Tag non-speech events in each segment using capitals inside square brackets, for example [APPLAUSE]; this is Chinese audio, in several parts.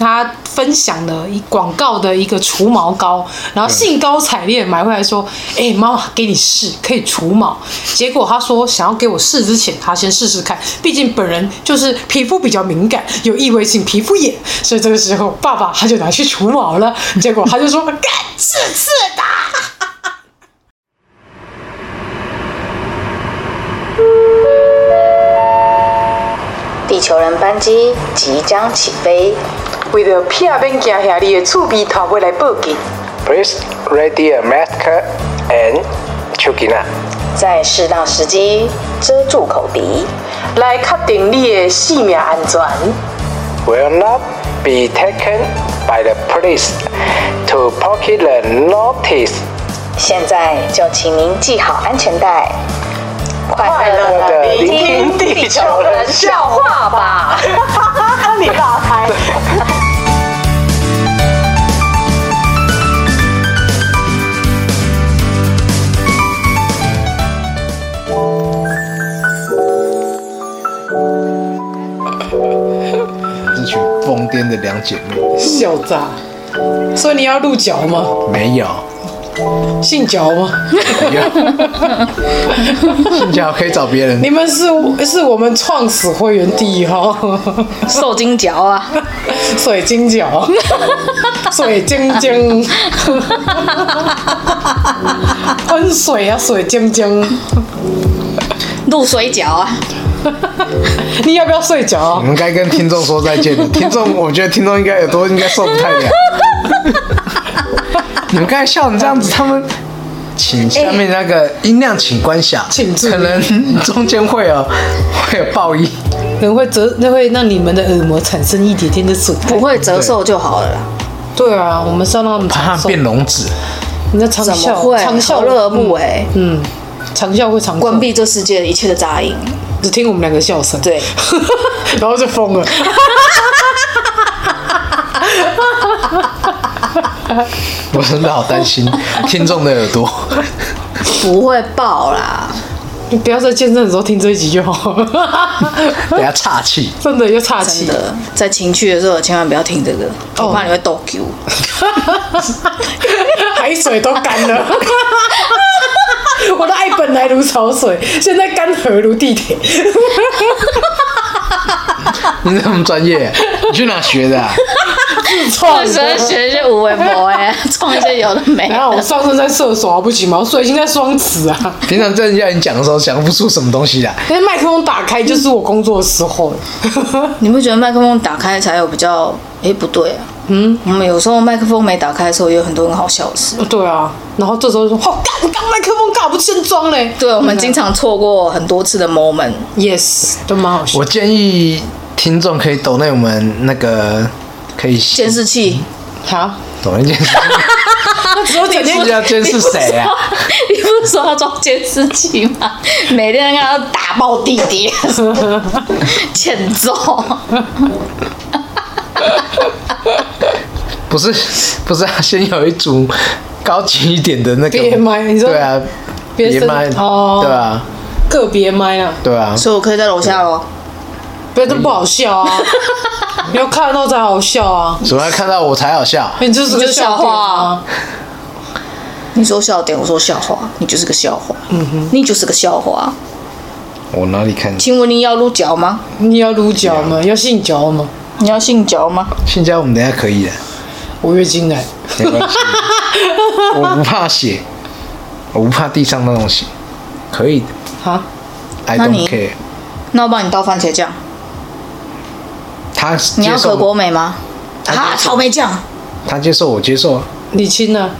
他分享了一广告的一个除毛膏，然后兴高采烈买回来说：“哎、妈妈，给你试，可以除毛。”结果他说想要给我试之前，他先试试看，毕竟本人就是皮肤比较敏感，有异位性皮肤炎，所以这个时候爸爸他就拿去除毛了。结果他就说：“干，刺刺的。”地球人班机即将起飞，为了避免惊吓你的厝边头尾来报警。 Please ready a mask and chukina. 在适当时机遮住口鼻。来确定你的性命安全。 Will not be taken by the police to pocket the notice. 现在就请您系好安全带，快乐乐地的聆聆听听地球人笑话 [LAUGHS] 吧。你大开。一群疯癫的两姐妹，小杂，所以你要露脚吗？没有，性脚吗？没有，幸好可以找别人你，们是是我们创始会员第一号， [LAUGHS] 受金角啊，水晶 [LAUGHS] 脚，水晶晶，喷水啊，水晶晶。露水饺啊， [LAUGHS] 你要不要睡觉我啊？们该跟听众说再见了。听众，我觉得听众应该耳朵应该受不太 [LAUGHS] 了。你们刚才笑成这样子，他们。请下面那个音量请关小，请注意可能中间会有 [LAUGHS] 会有爆音，可能会折，那会让你们的耳膜产生一点点的损害不。会折寿就好了啦。对啊，我们是要让他们怕长它寿。变聋子。你在长怎么效，会？长效何乐而不为？嗯？嗯，长效会长欸关寿。闭这世界的一切的杂音。只听我们两个笑声。对， [LAUGHS] 然后就疯了。我真的好担心听众的耳 [LAUGHS] 朵。不会爆啦。你不要在健身的时候听这一集就好 [LAUGHS] 了，等下岔气，真的就岔气真。的，在情绪的时候千万不要听这个，我怕你会抖 Q。海水都干了， [LAUGHS] 我的爱本来如潮水，现在干涸如地 [LAUGHS] 铁。啊你那么专业，你去哪学的、啊？创只会学一些无为博哎， [LAUGHS] 创一些有的没的。然后我上身在射手啊，不行吗？我水已经在双子啊。平常真的要你讲的时候，讲不出什么东西啊来。因为麦克风打开就是我工作的时候， [LAUGHS] 你不觉得麦克风打开才有比较？哎，不对啊。嗯，我们有时候麦克风没打开的时候，也有很多很好笑的事。对啊。然后这时候就说：“哦，干，刚麦克风干嘛不先装嘞对，我们经常错过很多次的 moment。 [LAUGHS] ？”Yes，都蛮好笑。我建议听众可以抖内我们那个可以监视器，好，抖内监视，那只有整天不知道监视谁啊？ [LAUGHS] 你不是说要装监视器吗？ [LAUGHS] 每天看到打爆弟弟，欠揍。不是不是、啊，先有一组高级一点的那个 BMI 你说对啊，别别生麦哦对啊个别麦啊，对啊，所以我可以在楼下哦喽。不要这么不好笑 [LAUGHS] 啊！你要看得到才好笑啊！主要看到我才好笑。哦你就是个笑话啊！你说笑点，我说笑话，你就是个笑话，嗯哼，你就是个笑话。我哪里看？请问你要露脚吗？你要撸脚吗？要性脚吗？你要性脚吗？现在我们等一下可以的，我月经来，没关系，我不怕血，我不怕地上那种血，可以的哈， ，I 那 don't 你 care。那我帮你倒番茄酱。他你要接可受国吗，美吗？啊，草莓酱，他接受我接受啊，你亲了，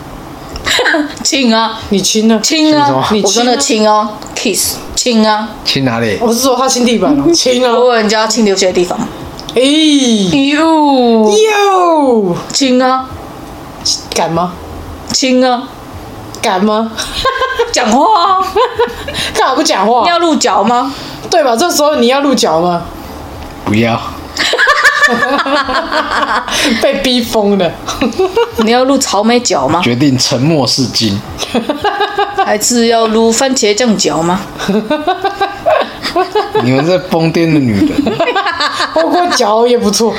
亲啊，你亲了，亲亲什么啊！你我亲啊说那个亲哦，kiss，亲啊！亲哪里？我是说他亲地板 [LAUGHS] 了，亲我了，问人家亲流血的地方，哎哟，哟，亲啊，敢吗？亲啊，敢吗？讲话啊，干嘛不讲话？要鹿角吗？对吧？这时候你要鹿角吗？不要，被逼疯 [LAUGHS] 了，你要鹿草莓角吗？决定沉默是金。还是要撸番茄酱角吗？你们这疯癫的女人，包括脚也不错，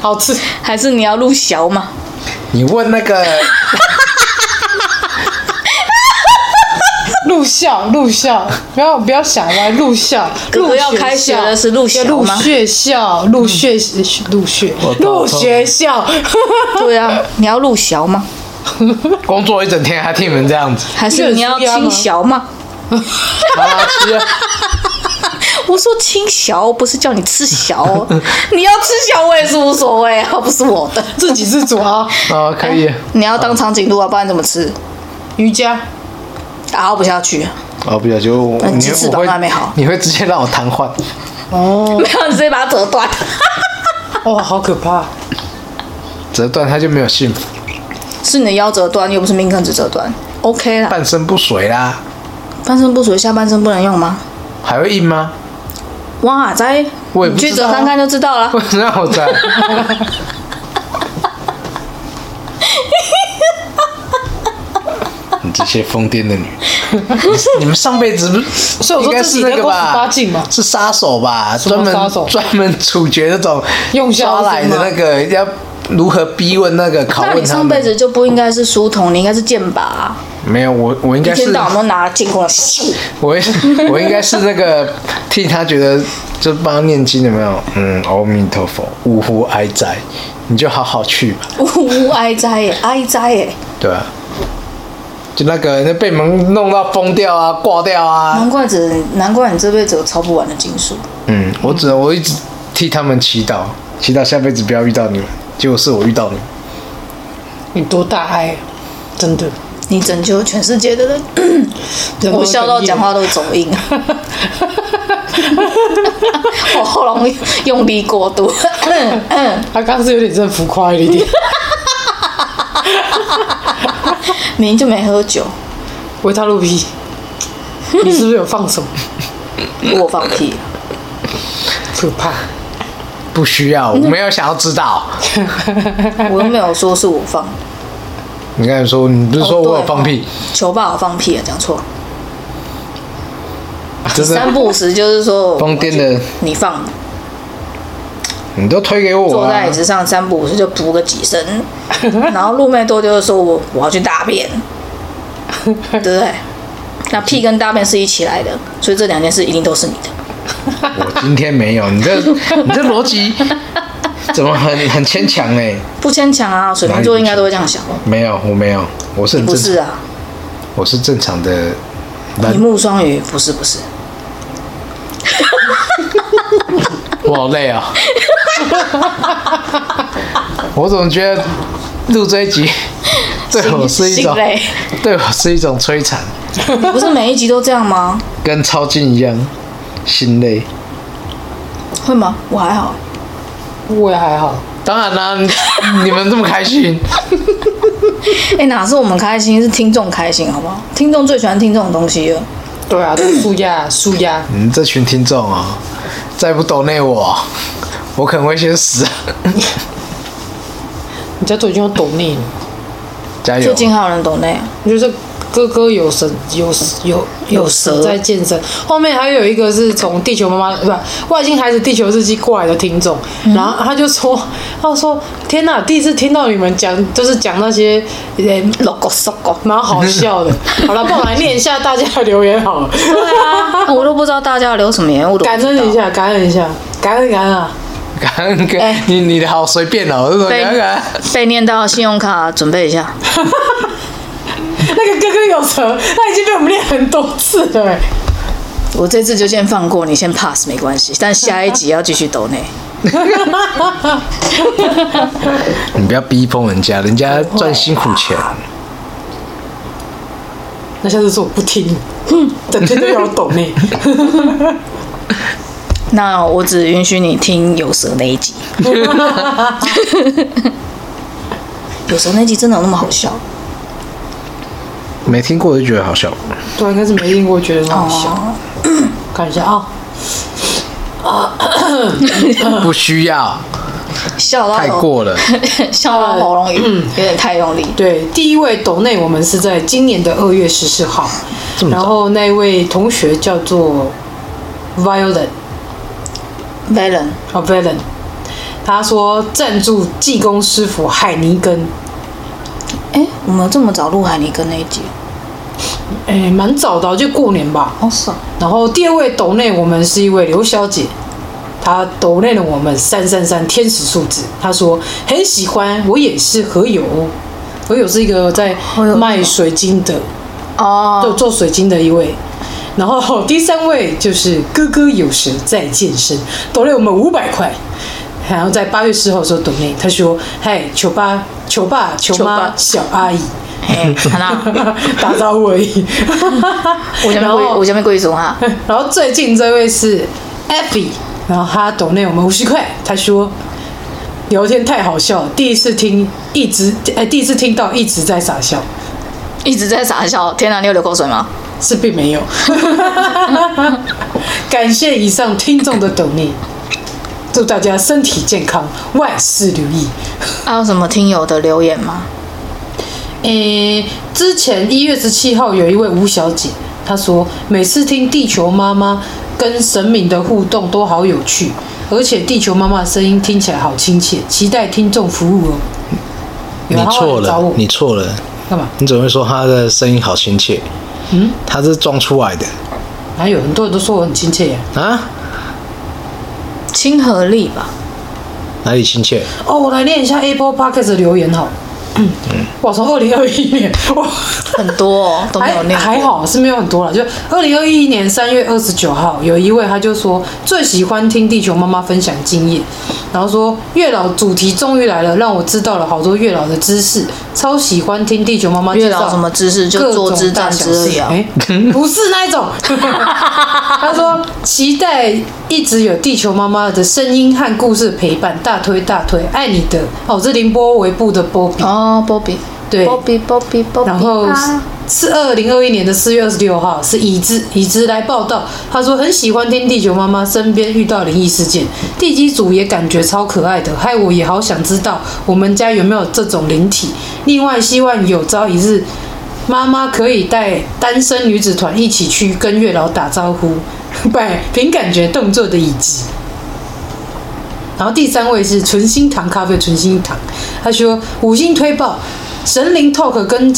好吃。还是你要鹿小吗？你问那个入校，入校，不要不要想歪，入校，哥入哥要开学了是入学学入吗学校，入学入学入学校，对啊，你要鹿小吗？工作一整天还听你们这样子，还是你要亲小吗？妈妈吃 [LAUGHS] 啊，我说亲小，不是叫你吃小 [LAUGHS] 哦、你要吃小我也是无所谓啊，不是我的。自给自足 [LAUGHS] 啊，哦，可以，你要当长颈鹿啊，不然怎么吃？瑜伽，熬不下去，哦，不要就我，嗯你鸡翅我膀那没好会，你会直接让我瘫痪，哦没有你直接把它折断。哦，好可怕，折断他就没有幸福，是你的腰折断，又不是命根子折断。OK 啦，半身不遂啦，半身不遂，下半身不能用吗？还会硬吗？哇塞，我也你不去知道折啊看看就知道 [LAUGHS] 了为。什么让我 [LAUGHS] 在？你这些疯癫的女人，你你们上辈子不是，所以我应说该自己是在那个吧？公司八禁嘛是杀手吧？么专门杀手专门处决那种用下抓来的那个，要如何逼问那个拷那问你他上辈们？子就不应该是书童，你应该是剑拔、没有，我我应一该天是到晚都拿剑过来。我 [LAUGHS] 我应该是那个替他觉得，就帮他念经有没有？嗯，阿弥陀佛，呜呼哀哉，你就好好去吧，呜呜哀哉耶，哀哉耶！对啊？就那个那被门弄到疯掉啊，挂掉啊。难怪只，难怪你这辈子有抄不完的经书。嗯，我只能我一直替他们祈祷，祈祷下辈子不要遇到你们。结果是我遇到你们，你多大爱啊，真的，你拯救全世界的 [COUGHS] 人，人我笑到讲话都走音，我喉咙用力过度。他刚刚是有点真的浮夸一 [LAUGHS] 点，明明就没喝酒，维他露 P，你是不是有放什么？我放屁。可怕，不需要，我嗯没有想要知道。我又没有说是我放，哦啊你刚才说， [LAUGHS] 你不是说我有放屁？球爸我放屁啊了，讲错。真哦三的，不五时就是说疯癫的，你放，你都推给我坐啊在椅！子上三不五时就扑个几声，然后路妹多就是说我我要去大便， [LAUGHS] 对不对？那屁跟大便是一起来的，所以这两件事一定都是你的。我今天没有， [LAUGHS] 你这你这逻辑怎么很很牵强呢？不牵强啊，水瓶座应该都会这样想。没有，我没有，我是很不正是常，啊，我是正常的你人，木双鱼不是不是，我好累啊！ [LAUGHS] 我总觉得录这一集对我是一种心累。对我是一种摧残，你不是每一集都这样吗？跟超劲一样心累。会吗？我还好，我也还好，当然啦、你你们这么开心， [LAUGHS] 哎、哪是我们开心，是听众开心，好不好？听众最喜欢听这种东西了。对啊，舒压舒压，你们这群听众啊、再不抖内我，我可能会先死。啊 [LAUGHS] 人家都已经有抖内了。加油！最近还有人懂那啊样，我觉得哥哥有神有有有神在健身，后面还有一个是从地球妈妈不外星孩子地球日记过来的听众，嗯然后他就说，他说天哪，第一次听到你们讲，就是讲那些人 logo logo，蛮好笑的。好了，不然我来念一下大家的留言好了，对 [LAUGHS] 啊，我都不知道大家留什么言，我都不知道感恩一。下，感恩一下，感恩感恩啊！感恩感哎你你的好随便哦，我说被感恩感恩被念到信用卡，准备一下。那个哥哥有神，他已经被我们念很多次了、欸。 [LAUGHS] 我这次就先放过你，先 pass 没关系，但下一集要继续抖内。你不要逼疯人家，人家赚辛苦钱。那下次说我不听，嗯整天都要我欸抖内。那我只允许你听有蛇那一 [LAUGHS] 集。有蛇那一集真的有那么好笑？没听过就觉得好 [LAUGHS] 笑，对啊，应该是没听过，觉得很好笑。哦，看一下啊，不需要，笑到太过嗯了。 [LAUGHS] 笑到喉咙有有点太用力。对，第一位抖内我们是在今年的二月十四号，然后那一位同学叫做 Violet Valen，啊 Valen，他说赞助济公师傅海尼根，哎，我们这么早录海尼根那一集，哎，蛮早的啊，就过年吧。好爽。然后第二位抖内我们是一位刘小姐，她抖内了我们三三三天使数字，她说很喜欢，我也是何友，何友是一个在友是什么卖水晶的，就哦，做水晶的一位。然后第三位就是哥哥有时在健身，抖内我们五百块。然后在八月四号的时候，抖内他说：“嗨，球爸、球爸、球妈、球爸小阿姨，哎，好 [LAUGHS] 啦，打招呼而已。 [LAUGHS] 我前面然故意，后我前面故意说哈，然后最近这位是 Abby，然后他抖内我们五十块，他说聊天太好笑了，第一次听一直哎第一次听到一直在傻笑，一直在傻笑。天哪，你有流口水吗？是并没有。 [LAUGHS] 感谢以上听众的抖内，祝大家身体健康，万事如意。还有什么听友的留言吗？诶，之前一月十七号有一位吴小姐，她说每次听地球妈妈跟神明的互动都好有趣，而且地球妈妈的声音听起来好亲切，期待听众服务哦。你有啊她错后来找了我，你错了，干嘛？你怎么会说他的声音好亲切？嗯，他是装出来的哪有很多人都说我很亲切耶？啊？亲和力吧， [LAUGHS] 哪里亲切？哦，我来念一下 Apple Podcast 的留言好了。嗯，我从二零二一年，我很多哦，都没有还念过。还好是没有很多了。就二零二一年三月二十九号，有一位他就说最喜欢听地球妈妈分享经验，然后说月老主题终于来了，让我知道了好多月老的知识，超喜欢听地球妈妈月介老绍什么知识就各坐种姿大站小姿而事已啊哎， [LAUGHS] 不是那 [LAUGHS] 一种。他说期待一直有地球妈妈的声音和故事陪伴，大推大推，爱你的哦，这凌波微步的波比。哦，Bobby，对，Bobby Bobby Bobby，然后啊是二零二一年的四月二十六号，是已知已知来报道，他说很喜欢听地球妈妈身边遇到灵异事件，地基组也感觉超可爱的，害我也好想知道我们家有没有这种灵体。另外，希望有朝一日。妈妈可以带单身女子团一起去跟月老打招呼， [LAUGHS] 拜凭感觉动作的椅子。然后第三位是纯心堂咖啡，纯心堂，他说五星推爆，神灵 talk 跟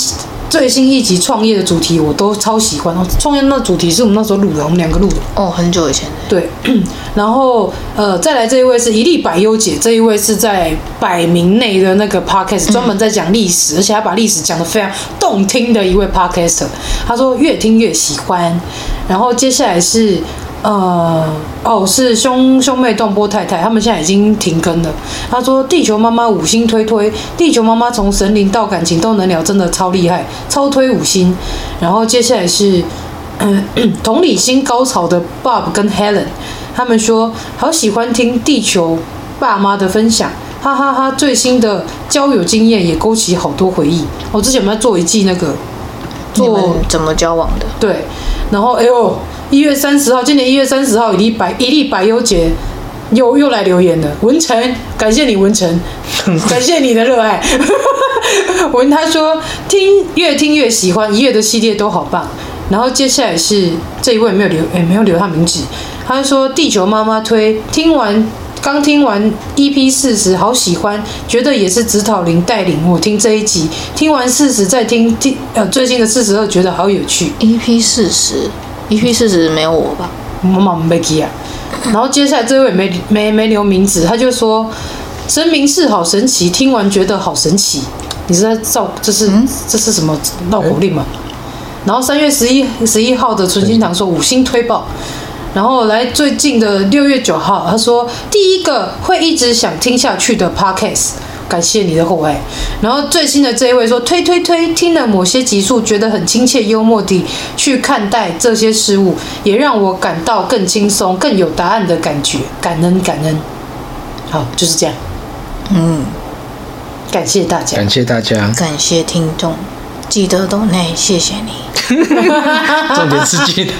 最新一集创业的主题我都超喜欢。哦，创业那主题是我们那时候录的，我们两个录的。哦，很久以前的，对， [CLEARS THROAT] 然后呃，再来这一位是一粒百优姐，这一位是在百名内的那个 podcast，专门在讲历史，而且她把历史讲得非常动听的一位 podcaster。她说越听越喜欢，然后接下来是。呃，哦，是兄兄妹洞波太太，他们现在已经停更了。她说：“地球妈妈五星推推，地球妈妈从神灵到感情都能聊，真的超厉害，超推五星。”然后接下来是嗯同理心高潮的 Bob 跟 Helen，他们说好喜欢听地球爸妈的分享，哈哈哈最新的交友经验也勾起好多回忆。我、之前我们在做一季那个你做们怎么交往的？对，然后哎呦，一月三十号，今年一月三十号，一粒百一粒百优姐又又来留言了，文成，感谢你文成，感谢你的热爱。 [LAUGHS] 文他说听越听越喜欢，一月的系列都好棒。然后接下来是这一位没有留，哎，没有留他名字。他说地球妈妈推，听完刚听完 EP 四十，好喜欢，觉得也是指导灵带领我听这一集。听完四十再听听呃最新的四十二，觉得好有趣。 EP ？E 四十，EP 四十没有我吧？我妈没记啊。然后接下来这位没没没留名字，他就说神明是好神奇，听完觉得好神奇。你是在造这是、这是什么绕口令吗？然后三月十一十一号的纯心堂说五星推爆，然后来最近的六月九号，他说第一个会一直想听下去的 podcast。感谢你的厚爱。然后最新的这一位说，推推推，听了某些集数，觉得很亲切幽默地去看待这些事物，也让我感到更轻松、更有答案的感觉。感恩感恩，好，就是这样。嗯，感谢大家。感谢大 [LAUGHS] 家。感谢听众，记得抖内，谢谢你。重点是记得，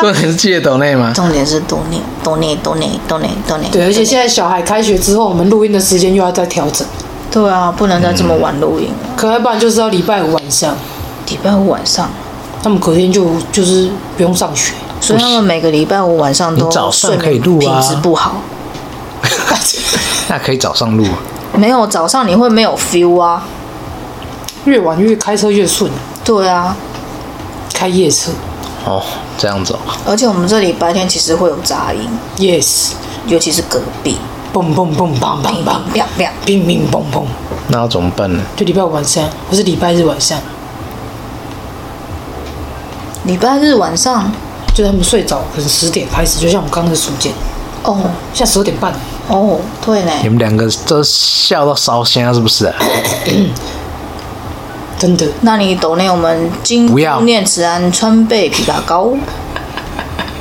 重点是记得抖内吗？重点是抖内，抖内，抖内，抖内，抖内。对，而且现在小孩开学之后，我们录音的时间又要再调整，对啊，不能再这么晚录音了。可要不然就是要礼拜五晚上，礼拜五晚上，他们隔天就就是不用上学。所以他们每个礼拜五晚上都你早上睡可以眠录啊品质不好。 [LAUGHS] 那可以早上录啊。没有早上你会没有 feel 啊？越晚越开车越顺，对啊，开夜车。哦，这样子哦。而且我们这里白天其实会有杂音， Yes，尤其是隔壁，蹦蹦蹦砰砰砰砰砰，砰砰。乒乒砰砰。那要怎么办呢？就礼拜五晚上，或是礼拜日晚上，礼拜日晚上，就他们睡着，可能十点开始，就像我们刚刚的时间，哦现在十二点半。哦，对你呢。们两个都笑到烧香是不 [LAUGHS] 是啊？真的，那你抖内我们金不要念慈庵川贝枇杷膏，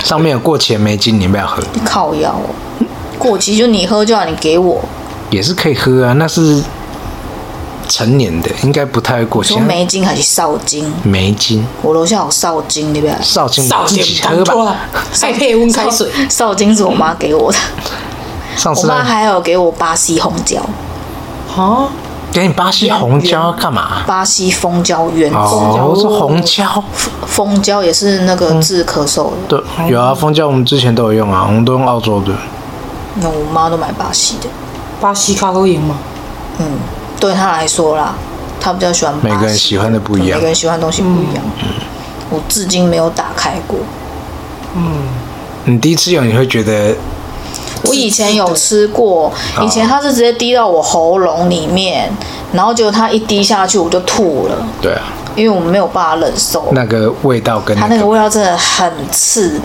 上面有过期的梅精，你们要喝，靠药、哦，过期就你喝，就好你给我。也是可以喝啊。那是成年的，应该不太会过期说。梅精还是烧精？梅精，我楼下有烧精，对不对？绍兴少自点己喝当拖吧。啦，爱配温开水。烧精是我妈给我的，哦上我次妈让还有给我巴西红椒、啊，给你巴西红椒干嘛？巴西蜂胶原汁。哦，我说红椒，蜂胶也是那个治咳嗽的，对，有啊，蜂胶我们之前都有用啊，我们都用澳洲的。那我妈都买巴西的。巴西咖喱盐吗？嗯，对她来说啦，她比较喜欢巴西。每个人喜欢的不一样嗯每个人喜欢的东西不一样。我至今没有打开过。你第一次用，你会觉得我以前有吃过，以前它是直接滴到我喉咙里面，然后结果它一滴下去我就吐了，对啊，因为我没有办法忍受。那个味道跟它那那个个味道真的很刺，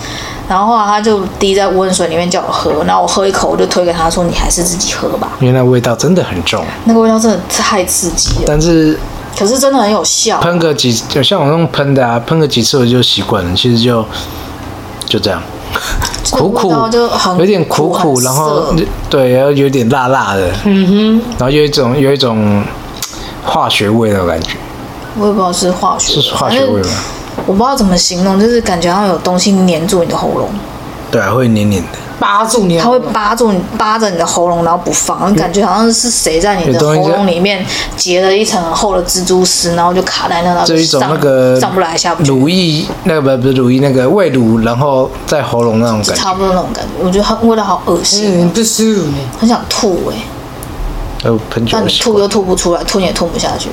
然后后来他就滴在温水里面叫我喝，然后我喝一口我就推给他说：“你还是自己喝吧。因为那味道真的很重，” [LAUGHS] 那个味道真的太刺激了，但是可是真的很有效。喷个几，就像我用喷的啊，喷个几次我就习惯了，其实就就这样，这个苦味苦道就很，有点苦很苦，涩然后对，然后有点辣辣的，嗯哼，然后有一种有一种化学味的感觉，我也不知道是化学，是化学味吗？我不知道怎么形容，就是感觉好像有东西粘住你的喉咙，对啊，会黏黏的，八住你，它会扒住你，扒着你的喉咙，然后不放，感觉好像是谁在你的嗯有东喉西在咙里面结了一层很厚的蜘蛛丝，然后就卡在那，然后这就一种上那个上不来下不去，乳液，那个不不是乳液，那个胃乳，然后在喉咙那种感觉，差不多那种感觉。我觉得很味道好恶心，嗯，不舒服呢。很想吐哎、还有呃喷酒但的你习吐惯又吐不出来，吞也吞不下去。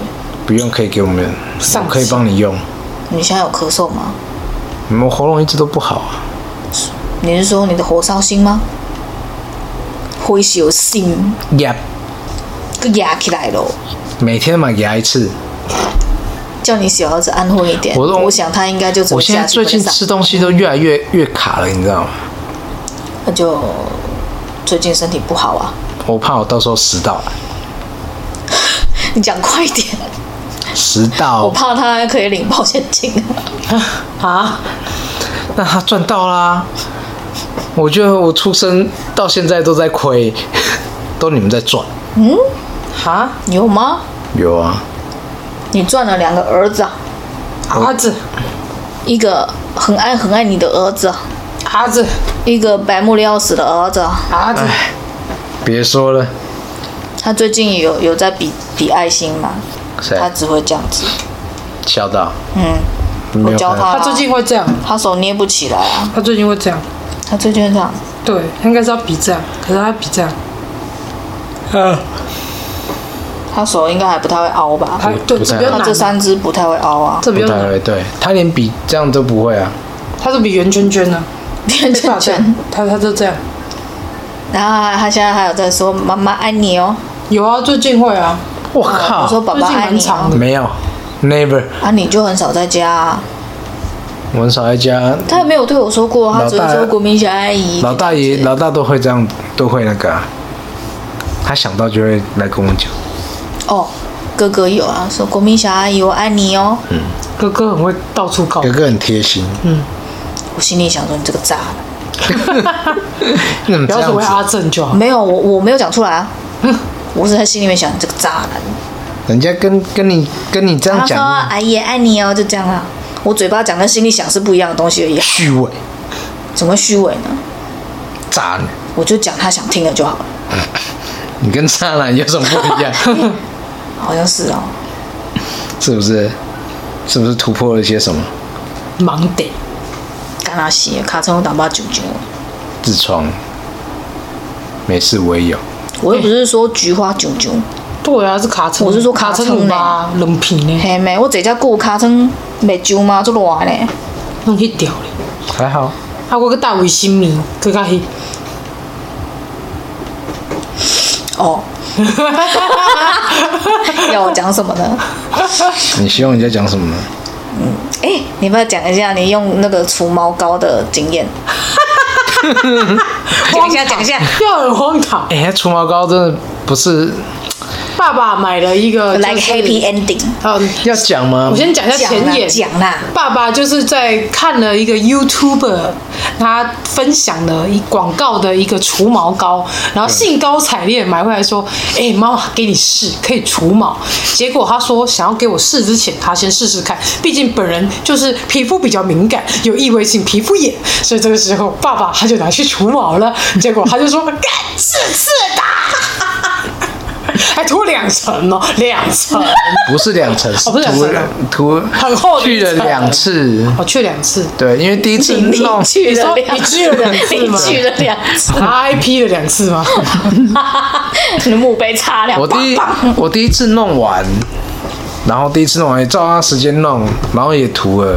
不用可以给我们，上我可以次帮你用，你现在有咳嗽吗？你们喉咙一直都不好啊。你是说你的火烧心吗？火烧心，牙，给压起来喽。每天嘛牙一次。叫你小儿子安分一点。我都我想他应该就只我会现在下去最近吃东西都越来越越卡了，你知道吗？那就最近身体不好啊。 [LAUGHS] 我怕我到时候食到你讲快一点，食我到，怕他可以领保险金。啊，那他赚到啦。我觉得我出生到现在都在亏，都你们在赚。哈，有吗？有啊，你赚了两个儿子，啊，阿子，一个很爱很爱你的儿子，啊阿子，一个白目的要死的儿子。啊阿子，别说了，他最近有有在比比爱心嘛？谁他只会这样子。笑到？嗯，你没我有教看到他他最近会这样，他手捏不起来啊。他最近会这样，他最近这样，对，他应该是要比这样，可是他比这样，啊他手应该还不太会凹吧？他对不太这比较他这难，三只不太会凹啊。这比不较太难，会，对他连比这样都不会啊。他是比圆圈圈呢，变没办成法这圈样，他他就这样，然后他现在还有在说“妈妈爱你哦有啊，最近会啊，我”，靠我，说“爸最爸近爱蛮你长哦的，没有，never，”，啊，你就很少在家、啊，我很少在家，他也没有对我说过，他老只是大说国民小阿姨。老大爷老大都会这样，都会那个啊、他想到就会来跟我讲。哦，哥哥有啊，说国民小阿姨我爱你哦。嗯哥哥很会到处告有，个很贴心，我心里想说你这个渣男，你怎么不这要样成为子？阿正就好。没有我我没有讲出来啊，嗯我是在心里面想你这个渣男。人家跟跟你跟你这样他说啊讲，阿姨也爱你哦，就这样啊。我嘴巴讲跟心里想是不一样的东西而已啊，虚伪、怎么虚伪呢？渣男，我就讲他想听的就好了，你跟渣男有什么不一样？好像是哦。是不是？是不是突破了些什么？盲得，干阿西，卡成我打八九九，痔疮，没事，我也有。我又不是说菊花九九，对啊，是卡成，我是说卡卡成成吧，冷皮呢，嘿妹，我这家顾卡成没酒吗？做热嘞，弄去掉咧。还好，啊，我个大卫新迷，佮 [LAUGHS] 较迄，哦， [LAUGHS] 要我讲什么呢？你希望人家讲什么呢？哎、你不要讲一下你用那个除毛膏的经验，讲一下讲一下，又很荒唐。哎、除毛膏真的不是爸爸买了一个、就是，来个 happy ending，嗯，要讲吗我？先讲一下讲前啦言。讲啦，爸爸就是在看了一个 YouTuber，他分享了一广告的一个除毛膏，然后兴高采烈买回来说：“哎、妈妈给你试，可以除毛。”结果他说想要给我试之前，他先试试看，毕竟本人就是皮肤比较敏感，有异位性皮肤炎，所以这个时候爸爸他就拿去除毛了。结果他就说：“干刺刺的， [LAUGHS] 还涂两层哦，两 [LAUGHS] 层。”不是两层，是哦不是两层啊涂涂很厚的一去了层两次。我哦去两次，对，因为第一次你弄你去了你说两你去了两次 [LAUGHS] 吗你去了两次， IP 了两次吗？ [LAUGHS] 你的墓碑擦两我把第一我第一次弄完，然后第一次弄完也照他时间弄，然后也涂了，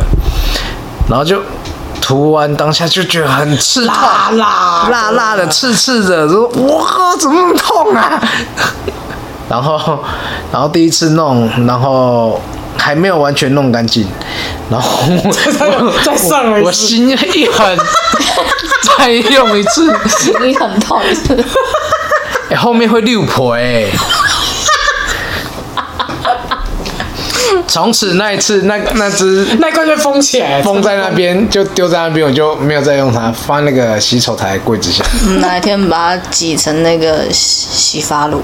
然后就涂完当下就觉得很刺痛，啦啦辣辣的、刺刺的，说哇怎么那么痛啊？ [LAUGHS] 然后然后第一次弄，然后还没有完全弄干净，然后我 [LAUGHS] 再上了一次我心一狠，再用一次，你很痛， [LAUGHS] 哎、后面会六婆哎、从此那一次，那那只那一罐就封起来，封在那边，就丢在那边，我就没有再用它，放在那个洗手台柜子下。嗯哪一天把它挤成那个洗洗发露？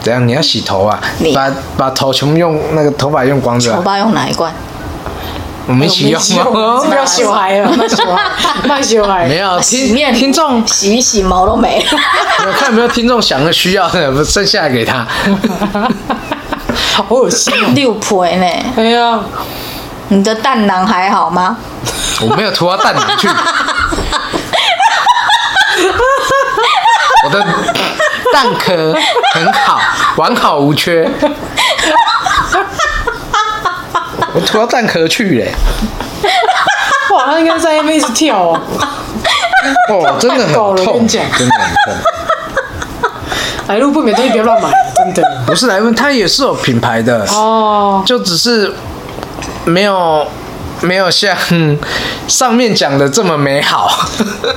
怎样？你要洗头啊你？把把头全部用那个头发用光着啊、我爸用哪一罐？我们一起啊哎用吗？不要小孩了，卖小孩，卖小孩， [LAUGHS] 没有洗听面乳听众，洗一洗毛都 [LAUGHS] 没了。有看有没有听众想个需要的，不剩下给他。好恶心哦！六婆呢？哎呀，你的蛋囊还好吗？我没有涂到蛋里去，我的蛋壳很好，完好无缺。我涂到蛋壳去嘞、哇，他应该在那边一直跳哦，哦，真的很够痛，了我跟你真讲的很痛。来路不明的东西不要乱买，真的不是来问，它也是有品牌的哦。就只是没有没有像嗯上面讲的这么美好，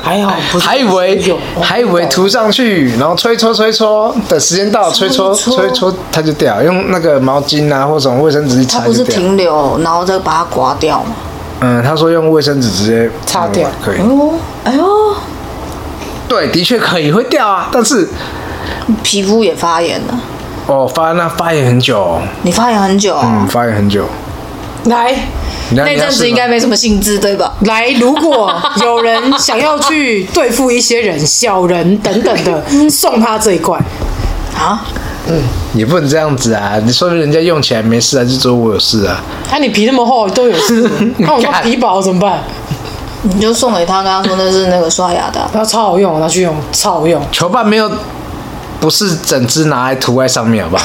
还好不是还以为有哦还以为涂上去，然后吹搓吹搓，等时间到了吹搓吹搓它就掉，用那个毛巾啊或什么卫生纸一它擦哦不是就掉。停留，然后再把它刮掉吗？嗯，他说用卫生纸直接擦掉嗯可以哎。呦，哎呦，对，的确可以会掉啊，但是皮肤也发炎了。哦发那发炎很久哦，你发炎很久啊、嗯，发炎很久。来你要那阵子应该。你要试吗没什么兴致对吧？来，如果有人想要去对付一些人、小人等等的，送他这一罐。啊，也不能这样子啊！你说人家用起来没事啊，就说我有事啊。那你皮那么厚都有事，那我说皮薄怎么办？你就送给他，跟他说那是那个刷牙的啊、然后超好用，拿去用，超好用。球棒没有，不是整只拿来涂在上面，好不好？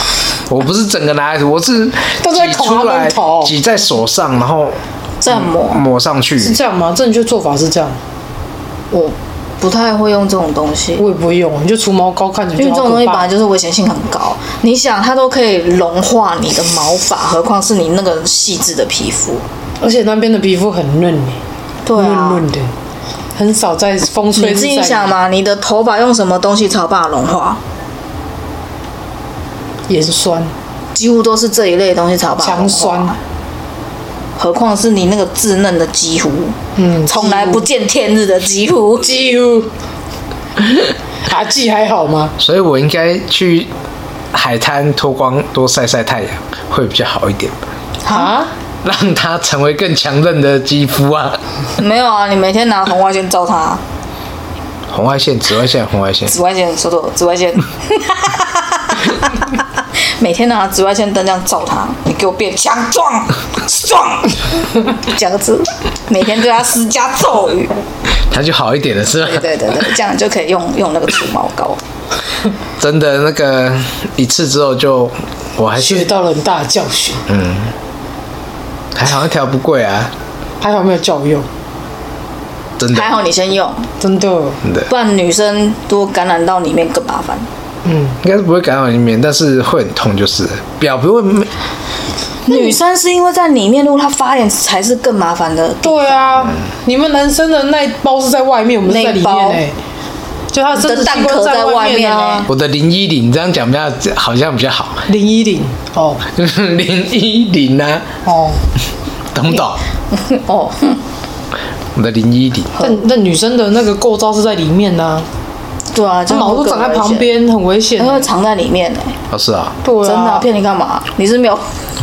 我不是整个拿来涂，我是都在挤捅出他们来头，挤在手上，然后再抹。抹上去。是这样吗？正确做法是这样，我不太会用这种东西，我也不会用，你就除毛膏看着就因为这种东西好可本怕来就是危险性很高。你想，它都可以融化你的毛发，何况是你那个细致的皮肤。而且那边的皮肤很嫩耶对润啊，润的，很少在风吹你日自己晒想嘛，你的头发用什么东西才有办法融化？盐酸几乎都是这一类的东西才有办法融强化酸，何况是你那个稚嫩的肌肤，嗯，。从来不见天日的肌肤 [LAUGHS] 几乎。阿季还好吗？所以我应该去海滩脱光，多晒晒太阳，会比较好一点，啊，让它成为更强韧的肌肤啊。没有啊，你每天拿红外线照它，啊红外线、紫外线、红外线，紫外线，说错，紫 [LAUGHS] 外线，每天拿紫外线灯这样照它，你给我变强壮，壮，这个字，每天对它施加咒语，它就好一点了，是吧？对对对对，这样就可以用用那个除毛膏。真的那个一次之后就，我还学是到了很大的教训，还好像调不贵啊，还好没有叫我用，真的还好你先用，真的。真的，不然女生如果感染到里面更麻烦。应该是不会感染里面，但是会很痛，就是表不会没女生是因为在里面，如果她发炎才是更麻烦的。对啊，你们男生的那一包是在外面，我们是在里面内包哎、就他真欸你的的蛋器官壳在在外面面啊欸。我的零一零这样讲比较好像比较好， [LAUGHS] 零一零哦零一零啊，哦，懂不懂？哦，哼我的零一零，那那女生的那个构造是在里面呐、对啊，啊，这样毛会都长更在危险呃旁，边，很危险它欸、呃会藏在里面呢。哦是啊，对真的啊啊，骗你干嘛？你是没有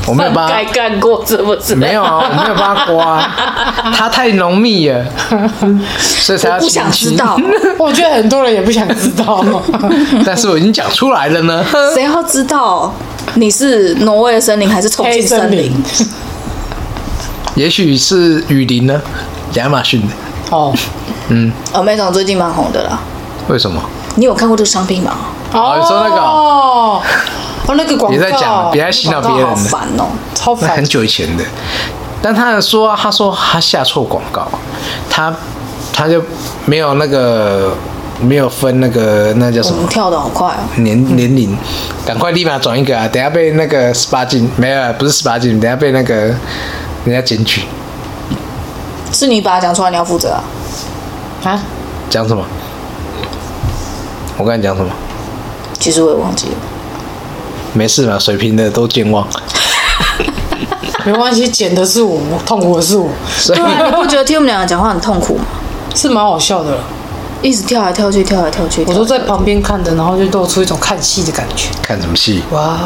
我没有帮该他，干过是不是？没有啊，我没有帮他刮 [LAUGHS] 啊，它太浓密了，所以才要我不想清知晰，道，我觉得很多人也不想知 [LAUGHS] 道。但是我已经讲出来了呢， [LAUGHS] 谁要知道你是挪威的森林还是重黑庆森森林林？也许是雨林呢，亚马逊的，哦哦，梅总最近蛮红的啦。为什么？你有看过这个商品吗？哦你说那个哦，哦那个广告，别再讲了别再洗脑别人好了烦哦！超那烦很。久以前的。但他说、啊，他说他下错广告，他他就没有那个没有分那个那叫什我们么跳的好快哦。年年龄，赶快立马转一个啊！等下被那个十八禁没有啊，不是十八禁，等下被那个人家检举，是你把它讲出来，你要负责啊。啊，讲什么？我跟你讲什么？其实我也忘 [LAUGHS] 记了。没事嘛，水平的都健忘，没关系，剪的是我，痛苦的是我，所以对啊，你不觉得听我们两个讲话很痛苦吗？是蛮好笑的了。一直跳来跳去，跳来跳去。我跳来都在旁边看着，然后就露出一种看戏的感觉。看什么戏？哇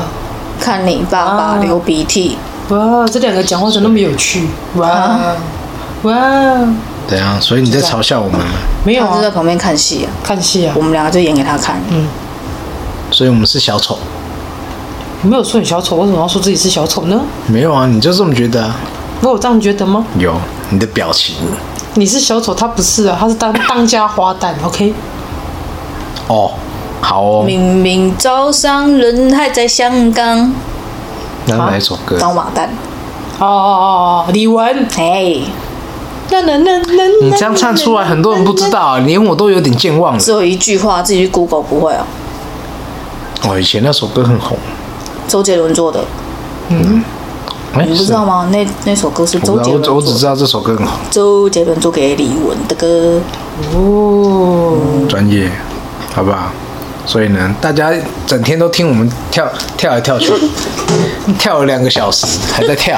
看你爸爸啊流鼻涕，哇，这两个讲话怎么那么有趣？哇哇，怎样？啊所以你在啊嘲笑我们吗？没有他就在啊，嗯旁边看戏啊。看戏啊我，们两个就演给他看。所以我们是小丑？我没有说你小丑，为什么要说自己是小丑呢？没有啊，你就这么觉得啊？我有这样觉得吗？有你的表情你是小丑，他不是啊，他是当 [COUGHS] 当家花旦，OK？哦，好哦，明明早上人还在香港，那是哪一首歌？当马蛋。哦哦哦哦，李玟，嘿，那那那那，你这样唱出来，很多人不知道啊，连我都有点健忘了只。有一句话，自己去 Google 不会哦。哦，以前那首歌很红，周杰伦做的，哎，你不知是道吗？那那首歌是我不周知杰道，伦我只我做只知的。道这首歌很红，周杰伦做给李玟的歌，哦，专业，好不好？所以呢，大家整天都听我们跳跳来 [LAUGHS] 跳去，跳了两个小时还在跳，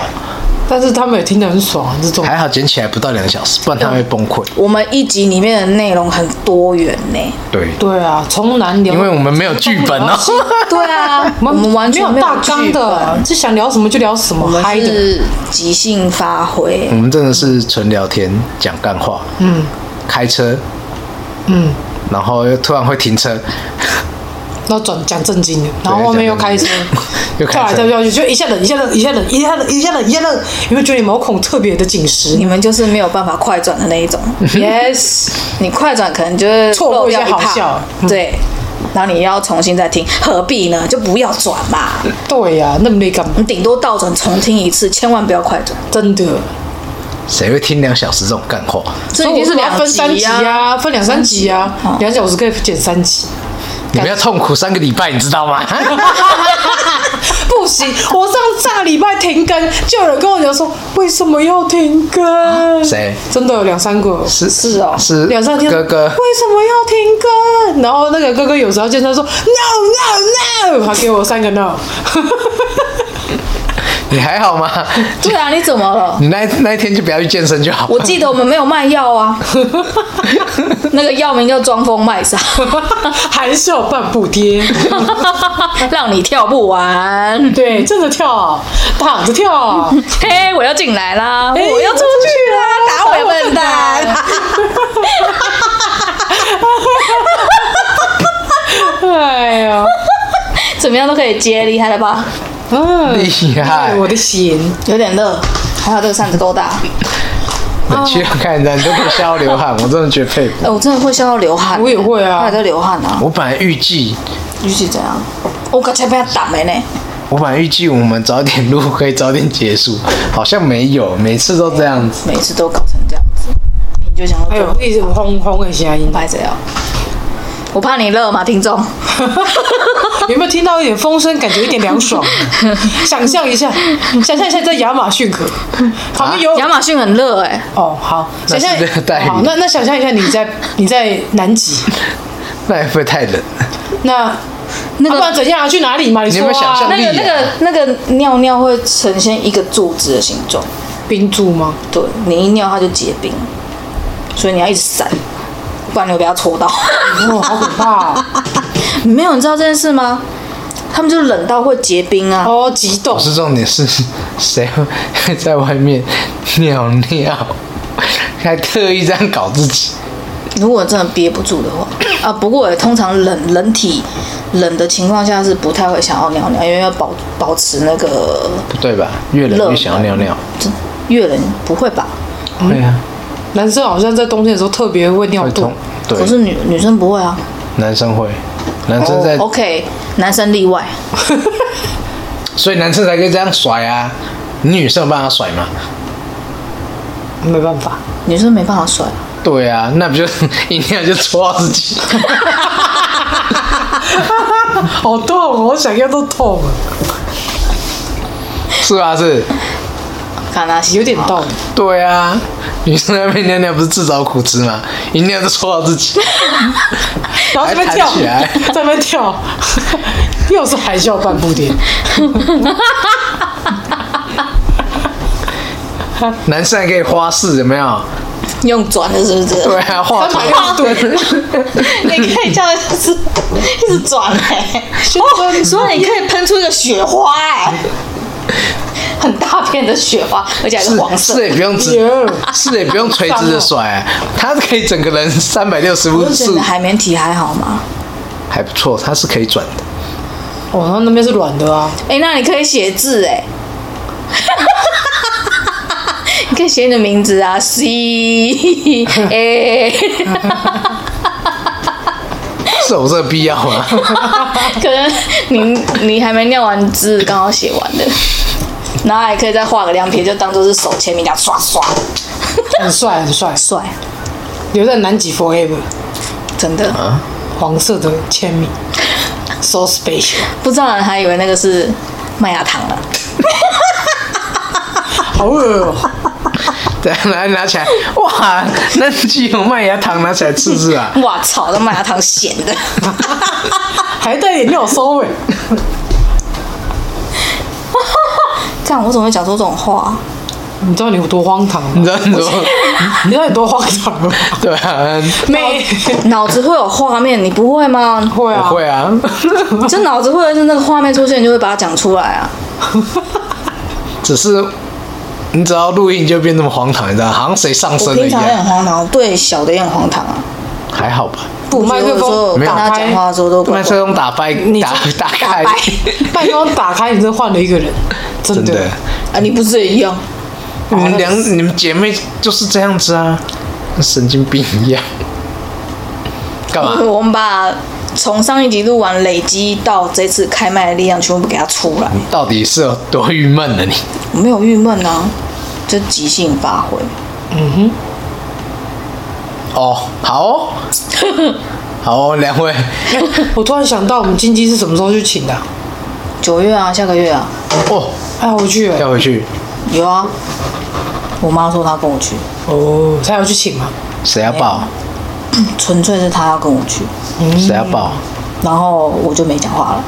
但是他们也听得很爽，啊这种还好捡起来不到两个小时，不然他会崩溃。我们一集里面的内容很多元呢。对，对啊，从南聊，因为我们没有剧本哦，对啊，我我们们完全没没有啊有大纲剧的本，就想聊什么就聊什我么，嗨们的。是即兴发挥我。们真的是纯聊天、讲干话，嗯，开车，嗯，然后又突然会停车，然后转讲正经的，然后外面又开车，又跳开来车跳，去，就一下冷一下冷一下冷一下冷一下冷一下冷，有没有觉得你毛孔特别的紧实你们就是没有办法快转的那一种， ？Yes，你快转可能就是错过漏一些掉一好趴笑嗯对，然后你要重新再听，何必呢？就不要转嘛，对呀、那么累干嘛？你顶多倒转重听一次，千万不要快转。真的，谁会听两小时这种干话？这所已以经我是说两要分三集集啊，啊，分两三集啊三集哦，两小时可以减三集，啊 [LAUGHS] 你们要痛苦三个礼拜，你知道吗？不行！我上上个礼拜停更，就有人跟我讲说，为什么要停更？谁真的有两三个，是是哦是两三天哥哥为什么要停更？然后那个哥哥有时候见他说 no no no，他给我三个 no。你还好吗？对啊，你怎么了？你那那一天就不要去健身就好。我记得我们没有卖 [LAUGHS] 药啊，那个药名叫装疯卖傻， [LAUGHS] 含笑半步颠，让你跳不完。对，站着跳，躺着跳，嘿，我要进来啦！哎我要出去啦！打我我笨笨蛋蛋！哎呀，怎么样都可以接，厉害了吧？嗯，厉害哎我的心，有点热，还好这个扇子够大。你去哦看人家，你都可以笑到流汗，我真的觉得佩服。哎、我真的会笑到流汗。我也会啊我也在流汗啊。我本来预计，尤其怎样？我刚才被他打没呢。我本来预计我们早点录可以早点结束，好像没有，每次都这样子。每次都搞成这样子，你就想要哎呦，一直轰轰的声音，拍谁啊？我怕你热嘛，[LAUGHS] 听众。有没有听到一点风声，感觉一点凉爽？想象一下，想象一下在亚马逊河旁边有亚马逊很热哎、哦，好，那想是象热带雨好，那那想象一下你在你在南极，那也不会太冷。那那啊个不然怎样啊？去哪里嘛？你说你有没有想啊象，那个那个那个尿尿会呈现一个柱子的形状，冰柱吗？对你一尿它就结冰，所以你要一直闪，不然你会被它戳到。哦，好可怕哦！ [LAUGHS] 没有，你知道这件事吗？他们就冷到会结冰啊。哦，激动不，是重点是谁会在外面尿尿， [LAUGHS] 还特意这样搞自己。如果真的憋不住的话，啊，不过也通常冷人体冷的情况下是不太会想要尿尿，因为要保保持那个不对吧？越冷热越想要尿尿。这越冷不会吧？嗯对啊，男生好像在冬天的时候特别会尿会遁痛。。对可，是女女生不会啊。男生会，男生在， o k 男生例外。所以男生才可以这样甩啊。你女生有办法甩吗？没办法，女生没办法甩，对啊，那不就 [LAUGHS] 一尿就戳到自己？好痛哦，我想要都痛了，是吧？是，看他喜有点好痛。对啊。女生在外面尿尿不是自找苦吃吗？一尿就戳到自己，然后这边跳还弹起来，这边跳， [LAUGHS] 又是含笑半步 [LAUGHS] 颠。男生还可以花式，有没有？用转的，是不是？对啊，画图三百 [LAUGHS] 六十度 [LAUGHS] 你可以这样就是一直转哎、哦，所以你可以喷出一个雪花哎、很大片的雪花，而且还是黄是色是。也不用直，哎是也不用垂直的甩、啊，他可以整个人三百六十我度就觉得你是的海绵体还好吗？还不错，他是可以转的。哦，然后那边是软的啊，哎、那你可以写字 [LAUGHS] 哎、你可以写你的名字啊，C [LAUGHS] A，是有这个必要吗？可能你你还没念完字，刚好写完的，然后还可以再画个亮片，就当做是手签名，这样刷刷，很帅很帅，帅，留在南极 forever，真的。啊黄色的签名，so special，不知道的人还以为那个是麦芽糖啊了。好恶哦。对，拿拿起来，哇，那鸡有麦芽糖，拿起来吃吃啊！哇操，那麦芽糖咸 [LAUGHS] 的，还带点尿骚味，干我怎么会讲出这种话？你知道你有多荒唐你吗？知道你怎么？你知道你多荒唐吗？对啊，没脑子会有画面，你不会吗？ [LAUGHS] 会我啊，会啊，就脑子会有那个画面出现，你就会把它讲出来啊。只是你只要录音就变那么荒唐，你知道，好像谁上我身了平一常也很样。荒唐，我对小的也很荒唐啊。还好吧？不麦克风我觉得有时候跟打他开讲，话的时候都麦怪克风打败，打打开，麦克风打开，你真的换了一个人，真真的。的， [LAUGHS] 啊，你不是也一样？你们两你们姐妹就是这样子啊，跟神经病一样。干嘛？我们把从上一集录完累积到这次开麦的力量全部给它出来，到底是有多郁闷呢？你我没有郁闷啊，就即兴发挥。哦，好 [LAUGHS] 哦，好哦，两位。我突然想到，我们金鸡是什么时候去请的啊？九月啊，下个月啊，哦，还要回去了要回去，有啊。我妈说她跟我去，哦，才要去请嘛。谁要抱？纯粹是她要跟我去，谁要抱？然后我就没讲话了。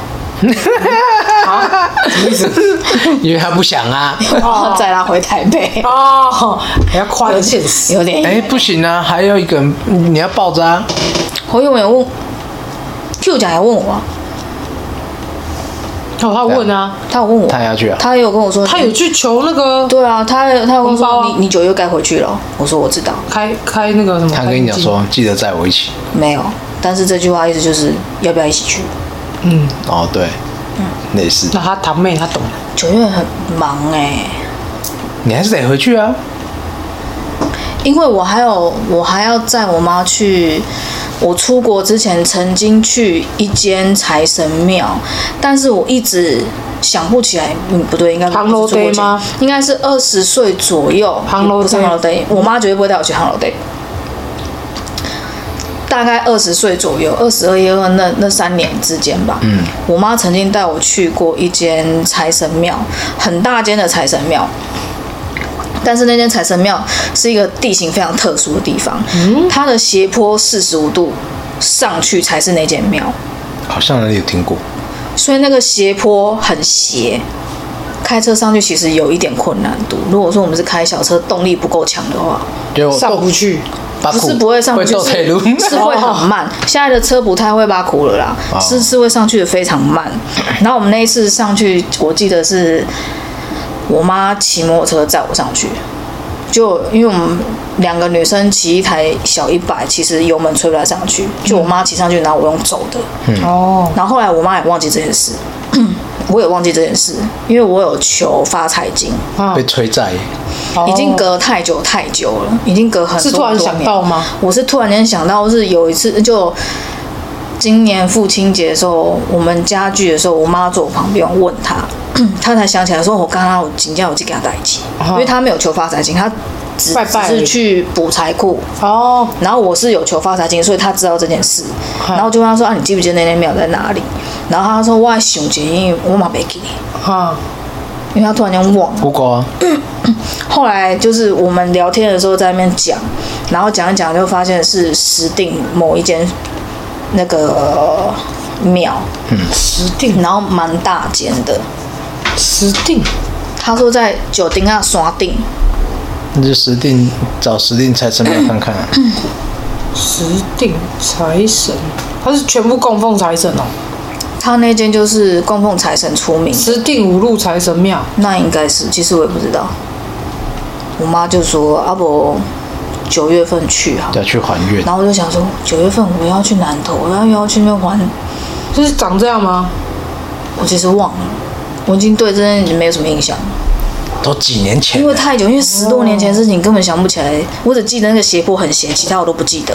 因为他不想啊。然 [LAUGHS] 后载她回台 [LAUGHS] 北，哦，还 [LAUGHS] 要夸得现实。有点。 [LAUGHS] 哎，不行啊，还有一个人嗯你要抱着啊。侯友没有问，Q 讲也问我啊，哦，他问啊，他有问我，他也要去啊他也有跟我说，他有去求那个对啊，他他有跟我红包说啊你你九月该回去了，我说我知道，开开那个什么？他跟你讲说，记得载我一起。没有，但是这句话意思就是要不要一起去？哦，对，类似那，他堂妹他懂，九月很忙哎、你还是得回去啊。因为我还有我还要载我妈去。我出国之前曾经去一间财神庙，但是我一直想不起来，嗯，不对，应该不是杭楼出国 day 前吗？应该是二十岁左右，杭楼不是 day 杭楼 day，我妈绝对不会带我去杭楼 day。大概二十岁左右，二十二、一二那那三年之间吧。嗯，我妈曾经带我去过一间财神庙，很大间的财神庙。但是那间财神庙是一个地形非常特殊的地方，它的斜坡四十五度上去才是那间庙，好像哪里有听过。所以那个斜坡很斜，开车上去其实有一点困难度。如果说我们是开小车，动力不够强的话，就上不去。巴不库是不会上会去，斗退路。是是会很慢。现在的车不太会把苦了啦，哦是是会上去的非常慢。然后我们那一次上去，我记得是我妈骑摩托车载我上去，就因为我们两个女生骑一台小一百，其实油门吹不太上去，就我妈骑上去，然后我用走的。哦，然后后来我妈也忘记这件事， [COUGHS] 我也忘记这件事，因为我有求发财金，啊 [LAUGHS] 被催债，哦已经隔太久太久了，已经隔很哦是多突然多想年到吗？我是突然间想到，是有一次就今年父亲节的时候，我们家具的时候，我妈坐我旁边，我问她， [CLEARS THROAT] 她才想起来说，我刚刚我请假，我去给她带起，因为她没有求发财金，她只啊拜拜只是去补财库。哦，然后我是有求发财金，所以她知道这件事，然后就问她说啊，你记不记得那间庙在哪里？然后她说我想起，因为我嘛没记得，啊，因为她突然间忘了。 Google 啊，后来就是我们聊天的时候在那边讲，然后讲一讲就发现是石定某一间那个庙，石定，嗯然后蛮大间的。石定，他说在九鼎啊刷定，那就石定找石定财神庙看看啊。石定财神，他是全部供奉财神哦。他那间就是供奉财神出名，石定五路财神庙，那应该是，其实我也不知道。我妈就说阿伯九月份去哈，要去还愿然，后我就想说九月份我要去南投，我要要去那边玩，就是长这样吗？我其实忘了，我已经对这件事情没有什么印象了。都几年前因为了，太久，因为十多年前的事情根本想不起来，我只记得那个斜坡很斜，其他我都不记得。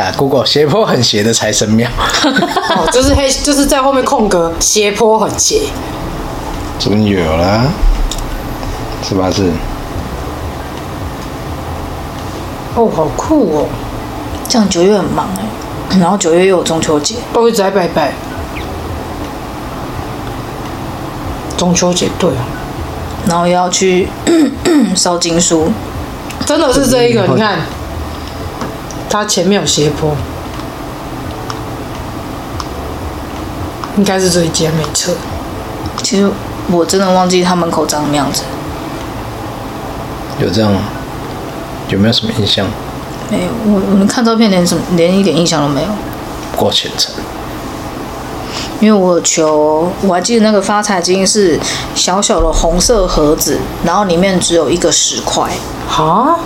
啊，Google 斜坡很斜的财神庙， [LAUGHS] 哦， [LAUGHS] 就是黑，就是在后面空格，斜坡很斜。准有了，是吧？是哦，好酷哦，这样九月很忙哎、然后九月又有中秋节，都一直在拜拜。中秋节对啊，然后又要去嗯烧经书，真的是这一个，你看，它前面有斜坡，应该是这一间没错。其实我真的忘记他门口长什么样子，有这样吗？有没有什么印象？没有，哎我我们看照片连什么连一点印象都没有，不够虔诚，因为我有求，我还记得那个发财金是小小的红色盒子，然后里面只有一个十块，啊，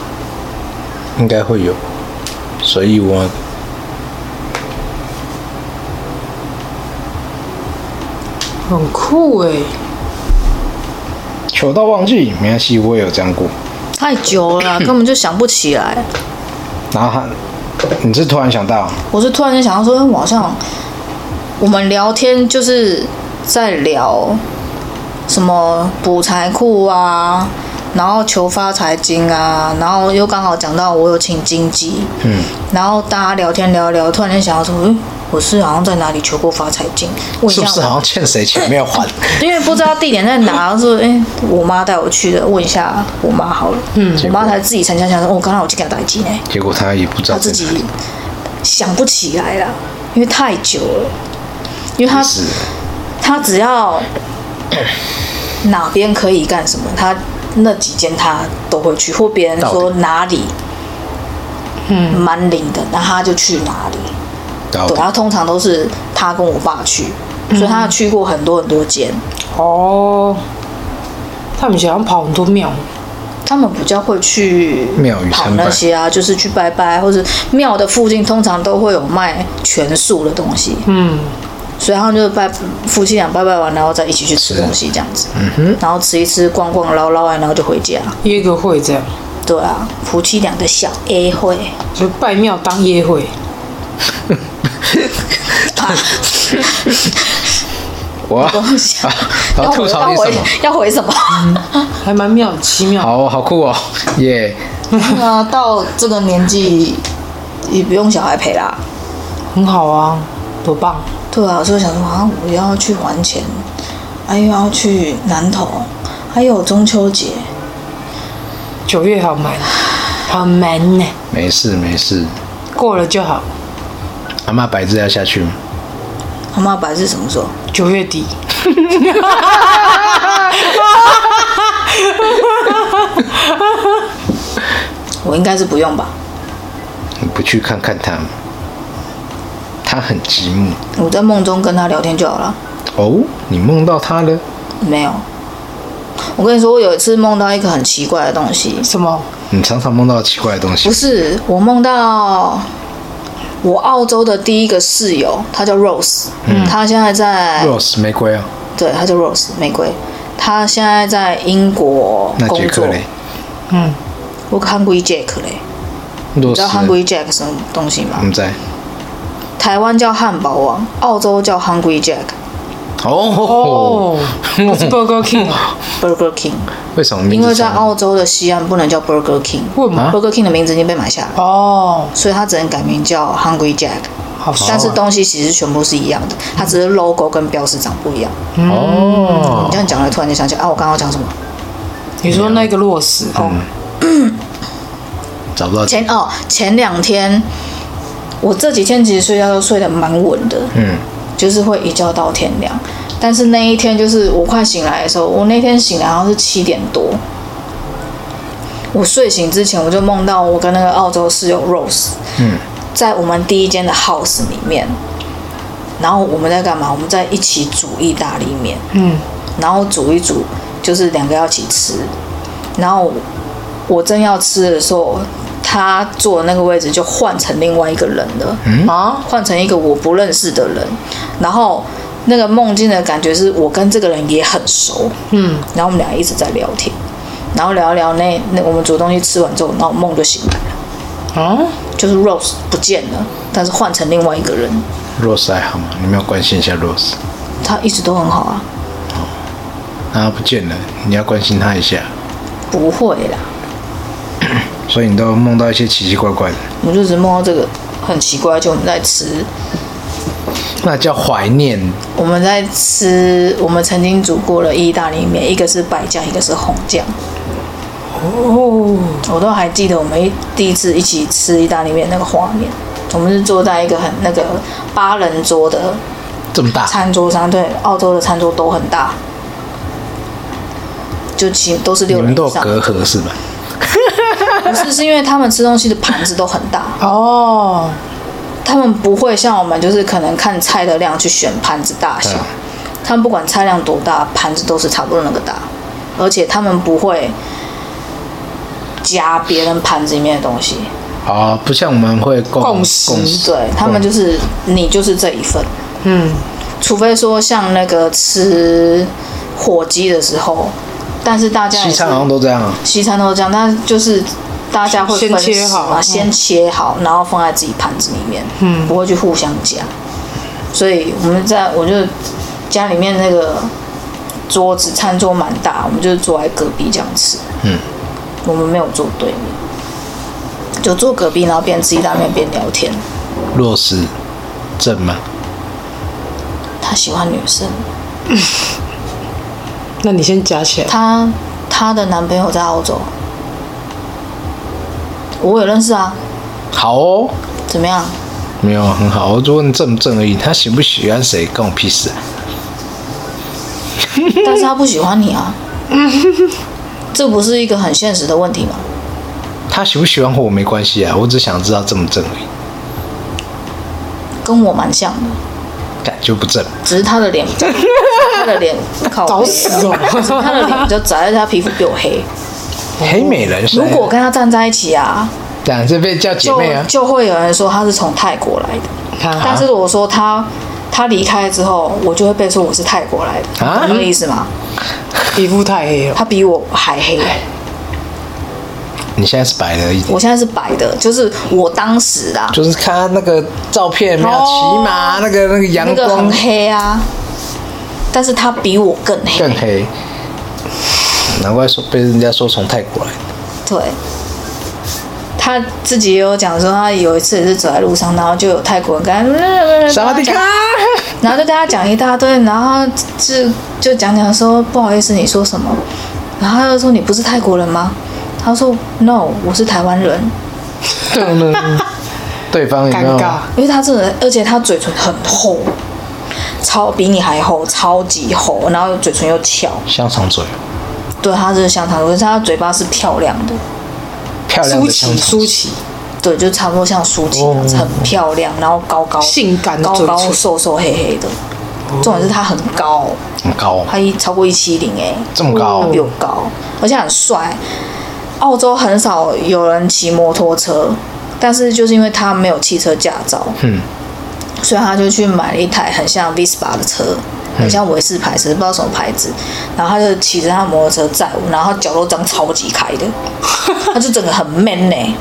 应该会有。所以我很酷哎、求到忘记，没关系，我也有这样过。太久了啦，啊根本就想不起来。然后他，你是突然想到，我是突然间想到说，我好像我们聊天就是在聊什么补财库啊，然后求发财金啊，然后又刚好讲到我有请经济，嗯，然后大家聊天聊一聊，突然间想到说，嗯，我是好像在哪里求过发财金，问一是下不是我好像欠谁钱没有 [LAUGHS] 还？因为不知道地点在哪，是哎、诶我妈带我去的，问一下我妈好了。嗯，我妈才自己参加想说，哦，刚才我去给她打机呢，结果他也不知她道自在己哪里。想不起来了，因为太久了，因为她是她只要哪边可以干什么，她那几间她都会去，或别人说到底哪里，嗯，哦蛮灵的，那她就去哪里。到对，底然后通常都是他跟我爸去，所以他去过很多很多间。哦，他们喜欢跑很多庙，他们比较会去庙宇参跑拜那些啊，就是去拜拜，或者庙的附近通常都会有卖全素的东西，嗯，所以他们就拜夫妻俩拜拜完，然后再一起去吃是东西这样子，嗯哼，然后吃一吃逛逛捞捞完，然后就回家。约个会这样，对啊，夫妻俩的小 A 会，就拜庙当约会。我要东 [LAUGHS] 西啊我要要吐回槽要你什回么？ [LAUGHS] 要回什么？还蛮妙，奇妙。好好酷哦，耶！嗯 [LAUGHS] 对啊，到这个年纪也不用小孩陪啦。很好啊，多棒！对啊，所以我想说啊，我要去还钱，啊又要去南投，还有中秋节，九月好蛮，好蛮呢，没事没事，过了就好。阿妈白字要下去吗？阿妈白是什么时候？九月底，我应该是不用吧，你不去看看他吗？他很寂寞我在梦中跟他聊天就好了。哦。你梦到他了？没有，我跟你说，我有一次梦到一个很奇怪的东西，什么？你常常梦到奇怪的东西不。是我梦到我澳洲的第一个室友，她叫 Rose，嗯，她现在在 Rose 玫瑰啊，对，她叫 Rose 玫瑰，她现在在英国那杰工克作。嘞嗯，我 Hungry Jack 嘞，你知道？Rose， Hungry Jack 什么东西吗我？们在。台湾叫汉堡王，澳洲叫 Hungry Jack，Burger 哦哦， [LAUGHS] 不是 Burger King 啊？ King，为什么名字因这样？为在澳洲的西岸不能叫 Burger King，Burger 问吗？ King 的名字已经被买下来了，哦，所以它只能改名叫 Hungry Jack。哦好啊爽但是东西其实全部是一样的，它只是 logo 跟标识长不一样。你哦这，样讲了，突然就想起来啊，我刚刚讲什么？你说那个落石哦，嗯找不到前哦，前两天我这几天其实睡觉都睡得蛮稳的，嗯，就是会一觉到天亮。但是那一天就是我快醒来的时候，我那天醒来好像是七点多。我睡醒之前，我就梦到我跟那个澳洲室友 Rose，嗯，在我们第一间的 house 里面，然后我们在干嘛？我们在一起煮意大利面，嗯，然后煮一煮，就是两个要一起吃。然后我正要吃的时候，他坐的那个位置就换成另外一个人了，啊，换成一个我不认识的人，然后那个梦境的感觉是我跟这个人也很熟，嗯，然后我们俩一直在聊天，然后聊一聊那那我们煮东西吃完之后，然后梦就醒来了，啊，就是 Rose 不见了，但是换成另外一个人， Rose 还好吗？你们要关心一下 Rose，他一直都很好啊，那啊他不见了，你要关心他一下。不会啦，所以你都梦到一些奇奇怪怪的，我就只梦到这个很奇怪，就我们在吃那叫怀念。我们在吃我们曾经煮过的意大利面，一个是白酱，一个是红酱。哦，我都还记得我们一第一次一起吃意大利面那个画面，我们是坐在一个很那个八人桌的这么大，餐桌上，对，澳洲的餐桌都很大，就其都是你六人们都以有上，隔阂是吧？不是是因为他们吃东西的盘子都很大，哦，他们不会像我们就是可能看菜的量去选盘子大小，嗯他们不管菜量多大，盘子都是差不多那个大，而且他们不会夹别人盘子里面的东西，哦，不像我们会共共识共识对他们就是你就是这一份，嗯，除非说像那个吃火鸡的时候，但是大家也西是餐好像都这样啊。西餐都是这样，但就是大家会先分切食好嘛嗯先切好，然后放在自己盘子里面，嗯，不会去互相夹。所以我们在我就家里面那个桌子餐桌蛮大，我们就是坐在隔壁这样吃，嗯，我们没有坐对面，就坐隔壁，然后边吃意大利面边聊天。 Rose 正吗？他喜欢女生，那你先夹起来。他他的男朋友在澳洲，我也认识啊，好哦，怎么样？没有啊很好，我就问正不正而已。他喜不喜欢谁，关我屁事啊！但是他不喜欢你啊，嗯 [LAUGHS] 这不是一个很现实的问题吗？他喜不喜欢我没关系啊，我只想知道正不正而已。跟我蛮像的，感就不正，只是他的脸比较，他 [LAUGHS] 的脸靠找死哦！他的脸比较窄，而且他皮肤比我黑。黑美人是哦如吧。果跟他站在一起啊，但这被叫姐就妹啊，啊就会有人说他是从泰国来的。但啊是我说他他离开之后，我就会被说我是泰国来的，啊懂我的意思吗？皮肤太黑了，他比我还黑，哎你现在是白的而已。我现在是白的，就是我当时啊，就是看他那个照片，没有骑马，那个那个阳哦那个光很黑啊，但是他比我更黑，更黑，难怪说被人家说从泰国来的。对。他自己也有讲说，他有一次也是走在路上，然后就有泰国人跟他啊萨瓦迪 [LAUGHS] 卡，然后就跟他讲一大堆，然后他就就讲讲说不好意思，你说什么？然后他就说你不是泰国人吗？他说 No，我是台湾人，噔 [LAUGHS] 噔对方有没尴有？啊尬。因为他这个人，而且他嘴唇很厚，超比你还厚，超级厚，然后嘴唇又翘，香肠嘴，对，他是香肠，可是他的嘴巴是漂亮的，漂亮舒的香淇，肠舒嘴。淇，对，就差不多像舒淇那哦样子，很漂亮，然后高高性感的高嘴唇高瘦瘦黑黑的，重点是他很高，很高，哦他一超过一七零哎，这么高哦他比我高，而且很帅。澳洲很少有人骑摩托车，但是就是因为他没有汽车驾照，嗯，所以他就去买了一台很像 Vespa 的车，嗯很像维斯牌车，不知道什么牌子。然后他就骑着他摩托车载我，然后他脚都张超级开 [LAUGHS] 的，他就整个很 man 欸呢、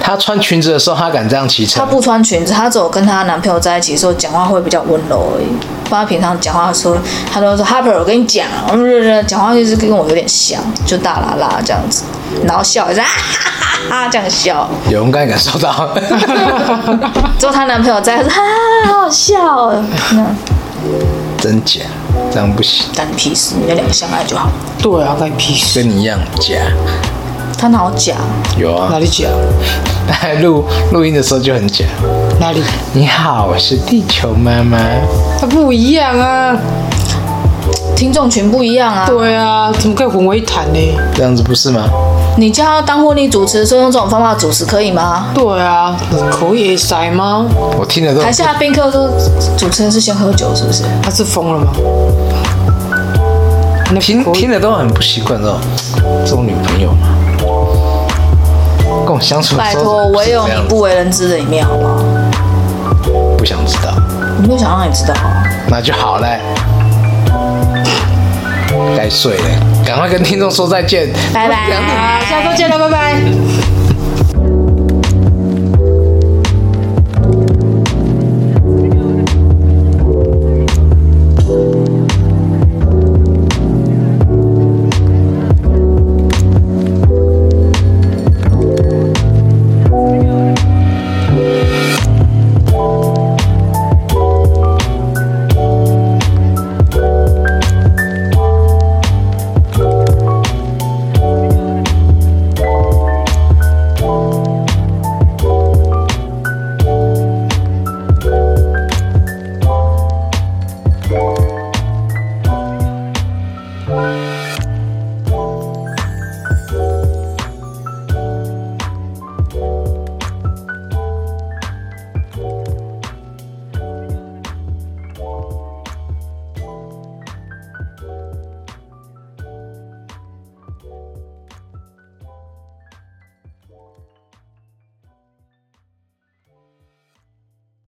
她穿裙子的时候，她敢这样骑车她？不穿裙子，她只有跟她男朋友在一起的时候讲话会比较温柔而已。不然她平常讲话的时候，她都说 “Harper，我跟你讲，嗯讲话就是跟我有点像，就大啦啦这样子，然后笑一下，啊哈哈哈哈这样笑。有人刚才感受 [LAUGHS] 到，之后她男朋友在说：“哈、啊，好好笑哦。”那真假？这样不行，干你屁事，你们两个相爱就好。对啊，该屁事，跟你一样假。她哪有假？有哪啊，里假？来 [LAUGHS] 录录音的时候就很假。哪里？你好，我是地球妈妈。它不一样啊！听众群不一样啊。对啊，怎么可以混为一谈呢？这样子不是吗？你叫她当婚礼主持的时候用这种方法主持可以吗？对啊，口也塞吗？我听了都台下宾客说主持人是先喝酒是不是？他是疯了吗？那听口听了都很不习惯这种这种女朋友嘛。跟我相处的拜时候托，怎么我是也有这样你不为人知的一面，好不好？不想知道，我没有想让你知道啊。那就好嘞。该睡了，赶快跟听众说再见。拜拜，下周见了，拜拜。